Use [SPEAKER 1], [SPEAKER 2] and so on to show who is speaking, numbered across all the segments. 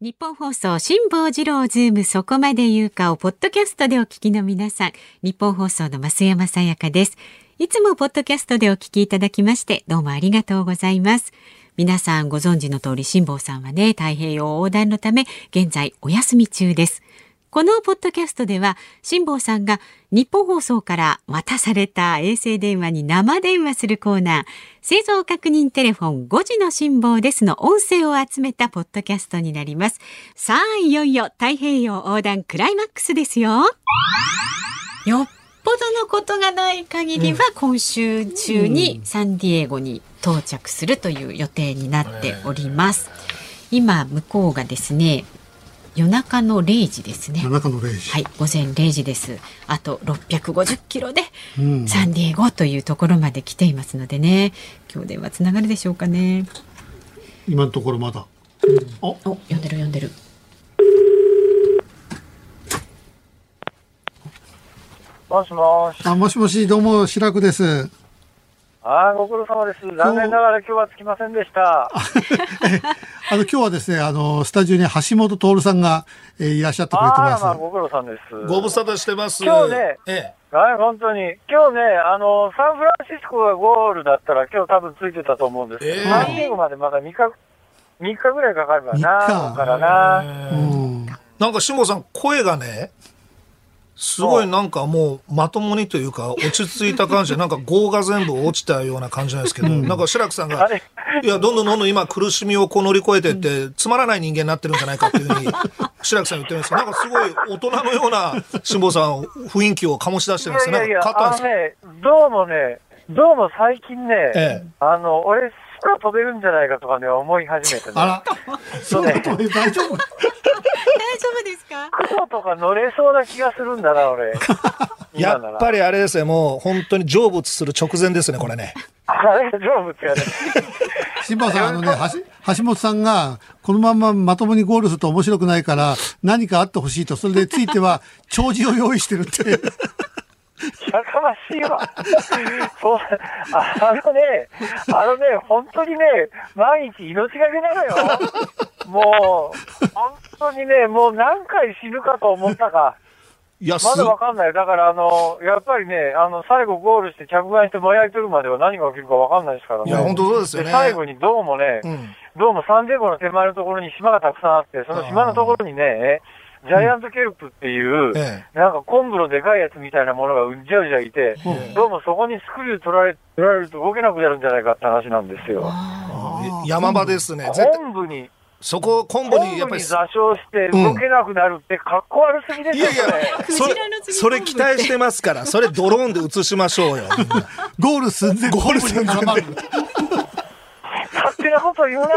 [SPEAKER 1] 日本放送、辛坊治郎ズーム、そこまで言うかを、ポッドキャストでお聞きの皆さん、日本放送の増山さやかです。いつもポッドキャストでお聞きいただきまして、どうもありがとうございます。皆さんご存知の通り、辛坊さんはね、太平洋横断のため、現在お休み中です。このポッドキャストでは、辛坊さんが日本放送から渡された衛星電話に生電話するコーナー、製造確認テレフォン5時の辛坊ですの音声を集めたポッドキャストになります。さあ、いよいよ太平洋横断クライマックスですよ。よっぽどのことがない限りは、今週中にサンディエゴに到着するという予定になっております。今、向こうがですね、夜中の零時ですね。
[SPEAKER 2] 夜中の零時。
[SPEAKER 1] はい、午前零時です。あと六百五十キロでサンディエゴというところまで来ていますのでね。今日電話つながるでしょうかね。
[SPEAKER 2] 今のところまだ。
[SPEAKER 1] うん、お、お、呼んでる呼んでる。
[SPEAKER 3] もしもし。
[SPEAKER 2] あ、もしもし、どうも白くです。
[SPEAKER 3] あご苦労様です。残念ながら今日は着きませんでした。
[SPEAKER 2] あの、今日はですね、あの、スタジオに橋本徹さんが、えー、いらっしゃってくれてます。
[SPEAKER 3] まあ、ご苦労さんです。
[SPEAKER 4] ご無沙汰してます。
[SPEAKER 3] 今日ね、ええ、はい、本当に。今日ね、あの、サンフランシスコがゴールだったら今日多分ついてたと思うんですけど、えー、サンディエゴまでまだ3日、3日ぐらいかかるからな、からな。
[SPEAKER 4] なんか、しもさん、声がね、すごいなんかもうまともにというか落ち着いた感じでなんか業が全部落ちたような感じなんですけど、なんか白くさんが、いや、どんどんどんどん今苦しみをこう乗り越えてって、つまらない人間になってるんじゃないかっていうふうに白くさん言ってるんですけど、なんかすごい大人のような辛坊さん雰囲気を醸し出してるんですよ。なんか
[SPEAKER 3] 買ったんですね、どうもね、どうも最近ね、ええ、あの、俺空飛べるんじゃないかとかね、思い始めてね。
[SPEAKER 2] あら、そうね。大丈夫
[SPEAKER 1] 大丈夫ですか
[SPEAKER 3] 雲とか乗れそうな気がするんだな、 俺。
[SPEAKER 4] やっぱりあれですね、もう本当に成仏する直前ですね、これね。
[SPEAKER 3] あれ成仏やね。
[SPEAKER 2] 辛坊さん、あのね、橋本さんが、このまままともにゴールすると面白くないから、何かあってほしいと、それでついては、弔辞を用意してるって。
[SPEAKER 3] やかましいわ。そう、あのね、あのね、本当にね、毎日命がけなのよ。もう、本当にね、もう何回死ぬかと思ったか。
[SPEAKER 4] いや、
[SPEAKER 3] まだわかんない。だから、あの、やっぱりね、あの、最後ゴールして着岸してもやり取るまでは何が起きるかわかんないですからね。
[SPEAKER 4] いや、本当そうですよね。
[SPEAKER 3] 最後にどうもね、うん、どうもサンデーゴの手前のところに島がたくさんあって、その島のところにね、ジャイアントケルプっていう、うんええ、なんか昆布のでかいやつみたいなものがうんじゃうじゃいて、え、どうもそこにスクリュー取られ取られると動けなくなるんじゃないかって話なんですよ。
[SPEAKER 4] 山場ですね。
[SPEAKER 3] 昆布に。
[SPEAKER 4] そこ、昆布にやっぱり。
[SPEAKER 3] 座礁して動けなくなるって、かっこ悪すぎですよ、ね、うん、いやいや、
[SPEAKER 4] それ、それ期待してますから、それドローンで映しまし ょうよ。
[SPEAKER 2] ゴール寸前、
[SPEAKER 4] ゴール寸前。
[SPEAKER 3] 勝手なこと 言うな。、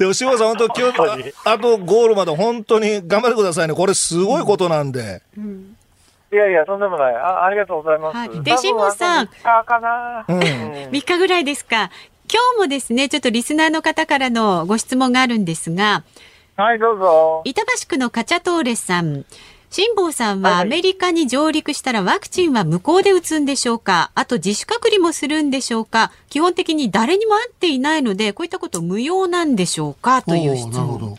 [SPEAKER 4] でも、志保さん、本当今日あ、あとゴールまで本当に頑張ってくださいね。これすごいことなんで。うん
[SPEAKER 3] いやいや、とんでもない。あありがとうございます。はい、
[SPEAKER 1] で、志保さん。3
[SPEAKER 3] 日かな。うん、
[SPEAKER 1] 3日ぐらいですか。今日もですね、ちょっとリスナーの方からのご質問があるんですが。
[SPEAKER 3] はい、どうぞ。
[SPEAKER 1] 板橋区のカチャトーレさん。辛坊さんはアメリカに上陸したらワクチンは無効で打つんでしょうかあと自主隔離もするんでしょうか基本的に誰にも会っていないので、こういったこと無用なんでしょうかという質問。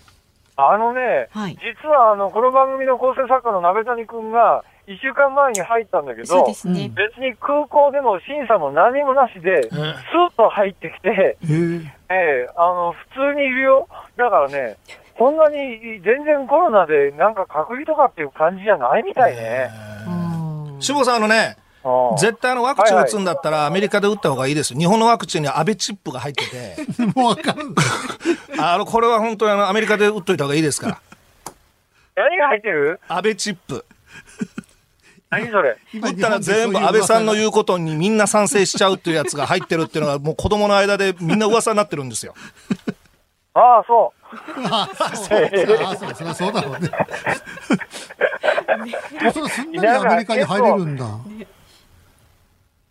[SPEAKER 3] あのね、はい、実はあの、この番組の構成作家の鍋谷君が、一週間前に入ったんだけど、ね、別に空港でも審査も何もなしで、スーッと入ってきて、えー、えー、あの、普通にいるよ。だからね、そんなに全然コロナでなんか隔離とかっていう感じじゃないみたいね。。
[SPEAKER 4] 志保さん、あのね、絶対あのワクチン打つんだったらアメリカで打った方がいいです。日本のワクチンに安倍チップが入ってて。
[SPEAKER 2] もうわかんない。
[SPEAKER 4] あの、これは本当にあのアメリカで打っといた方がいいですから
[SPEAKER 3] 何が入ってる
[SPEAKER 4] 安倍チップ。
[SPEAKER 3] 何それ
[SPEAKER 4] 打ったら全部安倍さんの言うことにみんな賛成しちゃうっていうやつが入ってるっていうのがもう子供の間でみんな噂になってるん ですよ。
[SPEAKER 3] ああ、そう。
[SPEAKER 2] ああ、そう。ああ、そう。そりゃそうだろうね。それすんなりアメリカに入れるんだ。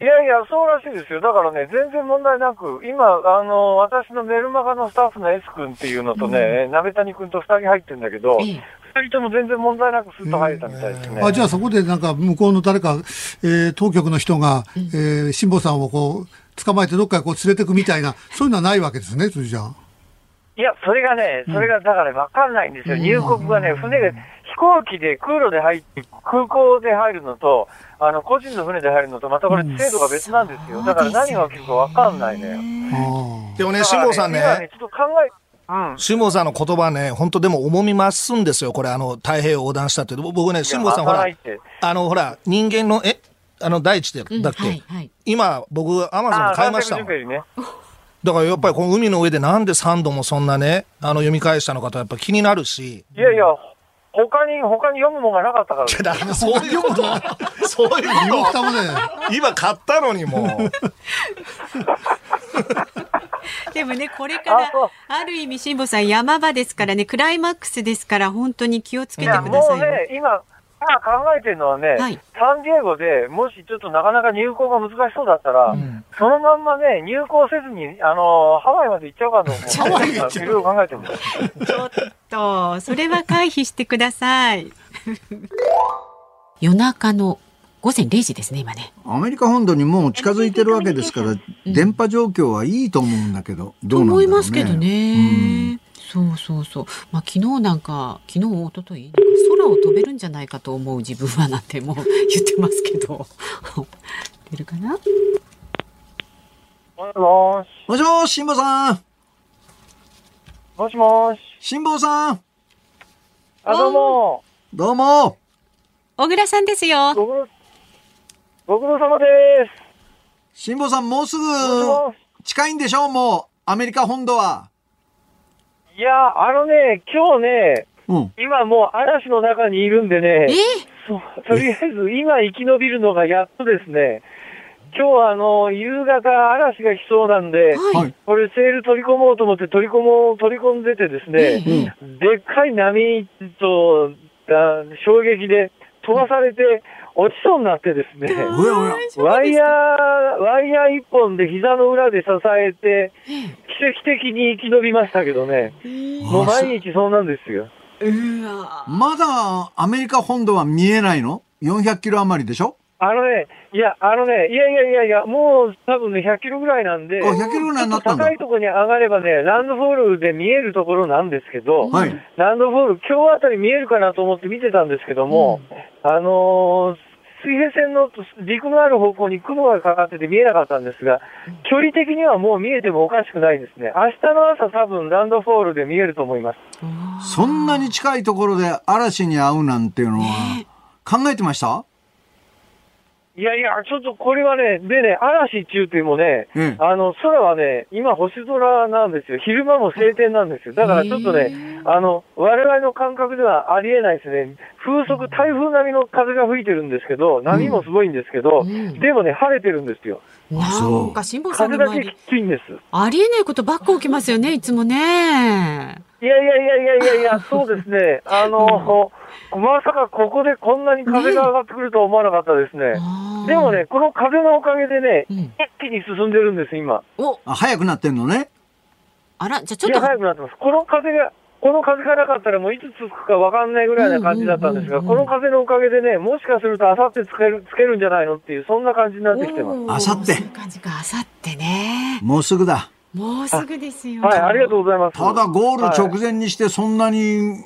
[SPEAKER 3] いやいや、そうらしいですよ。だからね、全然問題なく、今、あの、私のメルマガのスタッフの S 君っていうのとね、鍋、うん、谷君と二人入ってるんだけど、二、うん、人とも全然問題なくスッと入れたみたいですね。
[SPEAKER 2] あ、じゃあそこでなんか、向こうの誰か、えー、当局の人が、えー、辛坊さんをこう、捕まえてどっかへこう連れてくみたいな、そういうのはないわけですね、それじゃあ。
[SPEAKER 3] いや、それがね、それがだから分かんないんですよ。入国がね、船が、飛行機で空路で入って、空港で入るのと、あの、個人の船で入るのと、またこれ制度が別なんですよ。だから何が起きるか分かんないね。
[SPEAKER 4] でもね、辛坊さんね。
[SPEAKER 3] ねちょっと考え、
[SPEAKER 4] 辛、う、坊、ん、さんの言葉ね、本当でも重み増すんですよ、これ、あの太平洋横断したって、僕ね、辛坊さん、ほら、あのほら、人間の、えあの大地で、だっけ、うんはいはい、今、僕、アマゾンで買いました、ね、だからやっぱり、この海の上で、なんで3度もそんなね、あの読み返したのかと、やっぱ気になるし。
[SPEAKER 3] いやいや、他に、他に読むもんがなかったから。
[SPEAKER 4] だめ、 そういうこと。 そういうこと。今買ったのにもう。
[SPEAKER 1] でもね、これから、ある意味、辛坊さん、山場ですからね、クライマックスですから、本当に気をつけてください。いも
[SPEAKER 3] うね、今、今考えてるのはね、はい、サンディエゴでもしちょっとなかなか入港が難しそうだったら、うん、そのまんまね、入港せずに、あのー、ハワイまで行っちゃうかと思う。ハワイ行っちゃう。いろいろ考えてる
[SPEAKER 1] ちょっと、それは回避してください。夜中の午前0時ですね、今ね。
[SPEAKER 5] アメリカ本土にもう近づいてるわけですから、電波状況はいいと思うんだけど、どうなんだろう、ね、
[SPEAKER 1] 思いますけどね。うん、そうそうそう。まあ昨日なんか、昨日、一昨日空を飛べるんじゃないかと思う自分はなんてもう言ってますけど。 出るかな
[SPEAKER 3] もしもし。
[SPEAKER 5] もしもし、辛坊さん。
[SPEAKER 3] もしもし。
[SPEAKER 5] 辛坊さん。
[SPEAKER 3] あ、どうも。
[SPEAKER 5] どうも。。
[SPEAKER 1] 小倉さんですよ。
[SPEAKER 3] ご苦労様です
[SPEAKER 5] 辛坊さん、もうすぐ近いんでしょう、もう、アメリカ本土は。
[SPEAKER 3] いや、あのね、今日ね、うん、今もう嵐の中にいるんでね、とりあえず今生き延びるのがやっとですね、今日はあの、夕方嵐が来そうなんで、はい、これセール取り込もうと思って取り込もう、取り込んでてですね、うん、でっかい波と、衝撃で飛ばされて、うん落ちそうになってですね、ワイヤー、ワイヤー一本で膝の裏で支えて、奇跡的に生き延びましたけどね、もう毎日そうなんですよ。
[SPEAKER 5] まだアメリカ本土は見えないの ?400 キロ余りでしょ
[SPEAKER 3] あのね、いや、あのね、いやいやいやいや、もう多分ね、100キロぐらいなんで、
[SPEAKER 5] 100キロぐらいになった。
[SPEAKER 3] 高いところに上がればね、ランドフォールで見えるところなんですけど、はい、ランドフォール、今日あたり見えるかなと思って見てたんですけども、うん、あのー水平線の陸のある方向に雲がかかってて見えなかったんですが、距離的にはもう見えてもおかしくないですね。明日の朝多分ランドフォールで見えると思います
[SPEAKER 5] そんなに近いところで嵐に会うなんていうのは、考えてました、
[SPEAKER 3] えー、いやいや、ちょっとこれはね、でね、嵐中っていうもね、うん、 あの、空はね、今星空なんですよ。昼間も晴天なんですよ。だからちょっとね、えー、あの、我々の感覚ではありえないですね。風速、台風並みの風が吹いてるんですけど、波もすごいんですけど、うん、でもね、晴れてるんですよ。
[SPEAKER 1] なんか、辛坊さん
[SPEAKER 3] 風だけきついんです。
[SPEAKER 1] ありえないことばっか起きますよね、いつもね。
[SPEAKER 3] いやいやいやいやいやい や、そうですね。あの、うん、まさかここでこんなに風が上がってくるとは思わなかったですね。ねでもね、この風のおかげでね、うん、一気に進んでるんです、今。
[SPEAKER 5] おあ、早くなってんのね。
[SPEAKER 1] あら、じゃあちょっと。
[SPEAKER 3] 早くなってます。この風が、この風がなかったらもういつつくか分かんないぐらいな感じだったんですが、うんうんうんうん、この風のおかげでね、もしかするとあさってつける、つけるんじゃないのっていう、そんな感じになってきてます。
[SPEAKER 5] あさって
[SPEAKER 1] あさってね。
[SPEAKER 5] もうすぐだ。
[SPEAKER 1] もうすぐですよ。
[SPEAKER 3] はい、ありがとうございます。
[SPEAKER 5] ただゴール直前にしてそんなに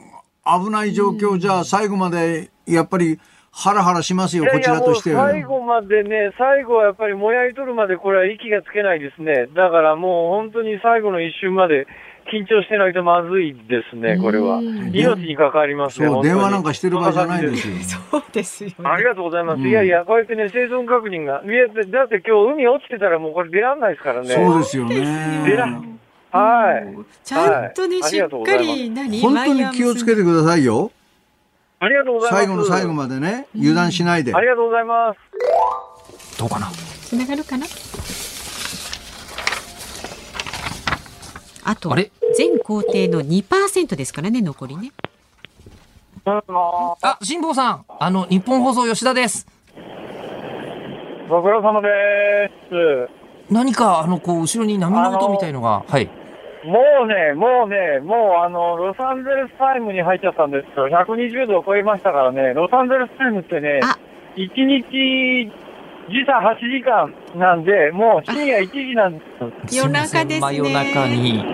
[SPEAKER 5] 危ない状況じゃ、最後までやっぱり、ハラハラしますよ、こちらとして
[SPEAKER 3] は。最後までね、最後はやっぱりもやり取るまでこれは息がつけないですね。だからもう本当に最後の一瞬まで、緊張してないとまずいですね、これは。命に関わりますね。
[SPEAKER 5] 電話なんかしてる場合じゃないですよ。
[SPEAKER 1] そうですよ、ね、
[SPEAKER 3] ありがとうございます。うん、いやいや、こうやってね、生存確認が。いや、だって今日海落ちてたらもうこれ出らんないですからね。
[SPEAKER 5] そうですよね。
[SPEAKER 3] 出らん。はい。
[SPEAKER 1] ちゃんとね、はい、しっかり、
[SPEAKER 5] 何本当に気をつけてくださいよ。
[SPEAKER 3] ありがとうございます。
[SPEAKER 5] 最後の最後までね、油断しないで。
[SPEAKER 3] ありがとうございます。
[SPEAKER 5] どうかな
[SPEAKER 1] つながるかなあと、全工程の2%ですからね、残りね。
[SPEAKER 6] あ、辛坊さん、あの、日本放送吉田です。
[SPEAKER 3] ご苦労様です。
[SPEAKER 6] 何か、あの、こう、後ろに波の音みたいのが、はい。
[SPEAKER 3] もうね、もうね、もうあの、ロサンゼルスタイムに入っちゃったんですけど、120度を超えましたからね、ロサンゼルスタイムってね、1日時差8時間なんで、もう深夜1時なんです。
[SPEAKER 1] 夜中ですね。
[SPEAKER 6] 真夜中に。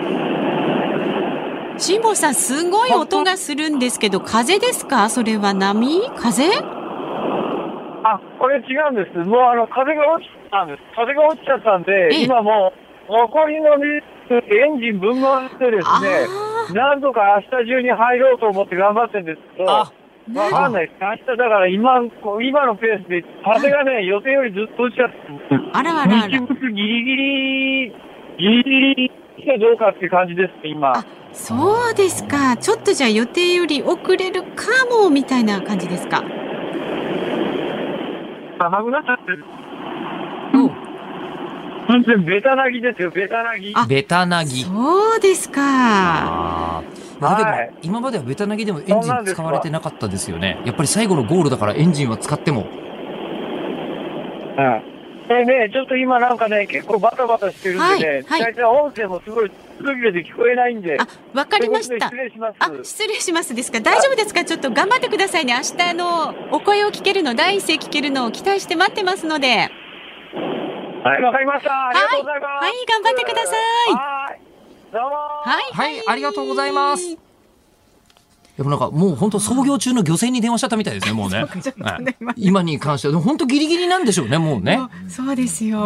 [SPEAKER 1] 辛坊さん、すごい音がするんですけど、風ですかそれは波風
[SPEAKER 3] あ、これ違うんです。もうあの、風が落ちたんです。風が落ちちゃったんで、今もう、残りのね、エンジンぶん回してですね、なんとか明日中に入ろうと思って頑張ってるんですけど、わかんないです。明日だから今、今のペースで、風がね、予定よりずっと落ちちゃって、
[SPEAKER 1] あらあらあら
[SPEAKER 3] 日。没ギリギリ、ギリギリかどうかっていう感じです、今。
[SPEAKER 1] そうですか。ちょっとじゃあ予定より遅れるかも、みたいな感じですか。
[SPEAKER 3] 甘くなっちゃってる。完全ベタなぎですよ、ベタなぎ。
[SPEAKER 1] あ
[SPEAKER 6] ベタなぎ。
[SPEAKER 1] そうですか。
[SPEAKER 6] あーまあでも
[SPEAKER 3] はい
[SPEAKER 6] 今まではベタなぎでもエンジン使われてなかったですよね。やっぱり最後のゴールだからエンジンは使っても。
[SPEAKER 3] はい。でね、ちょっと今なんかね、結構バタバタしてるんでね、
[SPEAKER 1] はいはい
[SPEAKER 3] 大体音声もすごい、すぐれて聞こえないんで。
[SPEAKER 1] あ、わかりまし
[SPEAKER 3] という
[SPEAKER 1] た
[SPEAKER 3] こと。で失礼しま
[SPEAKER 1] あ、
[SPEAKER 3] す。
[SPEAKER 1] 失礼しますですか。大丈夫ですかちょっと頑張ってくださいね。明日あの、お声を聞けるの、第一声聞けるのを期待して待ってますので。
[SPEAKER 3] はい、わかりました。ありがとうございます。
[SPEAKER 1] はい頑張ってください
[SPEAKER 3] はい。どうも
[SPEAKER 1] はい。
[SPEAKER 6] はい、ありがとうございます。でもなんかもう本当創業中の漁船に電話しちゃったみたいですね、もうね。はい今に関しては、でも本当ギリギリなんでしょうね、もうね。
[SPEAKER 1] そうですよ。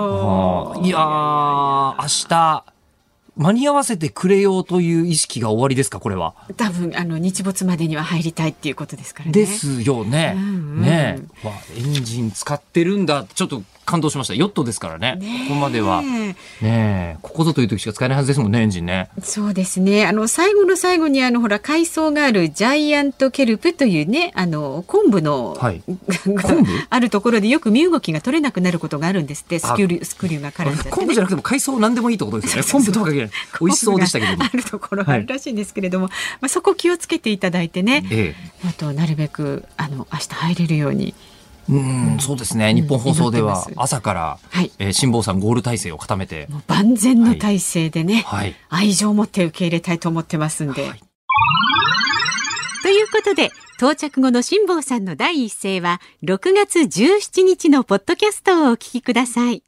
[SPEAKER 6] あーいやー、明日、間に合わせてくれようという意識が終わりですか、これは。
[SPEAKER 1] 多分、あの、日没までには入りたいっていうことですからね。
[SPEAKER 6] ですよね。
[SPEAKER 1] うんうん
[SPEAKER 6] ねえ、わエンジン使ってるんだ。ちょっと感動しました。ヨットですからね。
[SPEAKER 1] ねえ
[SPEAKER 6] ここまでは。ねえ、ここぞという時しか使えないはずですもんね、エンジンね。
[SPEAKER 1] そうですね。あの、最後の最後に、あの、ほら、海藻があるジャイアントケルプというね、あの、昆布の、
[SPEAKER 6] はい
[SPEAKER 1] があるところでよく身動きが取れなくなることがあるんですって、スキュリュスクリューが絡んじゃって、ね。
[SPEAKER 6] 昆布じゃなくても海藻なんでもいいってことです よね。昆布とは限らない。美味しそうでしたけども
[SPEAKER 1] あ。るところがあるらしいんですけれども、まあ、そこ気をつけていただいてね、
[SPEAKER 6] ええ。
[SPEAKER 1] あとなるべくあの明日入れるように
[SPEAKER 6] うん、そうですね。日本放送では朝から、
[SPEAKER 1] はい
[SPEAKER 6] えー辛坊さんゴール体制を固めて、
[SPEAKER 1] もう万全の体制でね、
[SPEAKER 6] はい。
[SPEAKER 1] 愛情を持って受け入れたいと思ってますんで。ということで到着後の辛坊さんの第一声は6月17日のポッドキャストをお聞きください。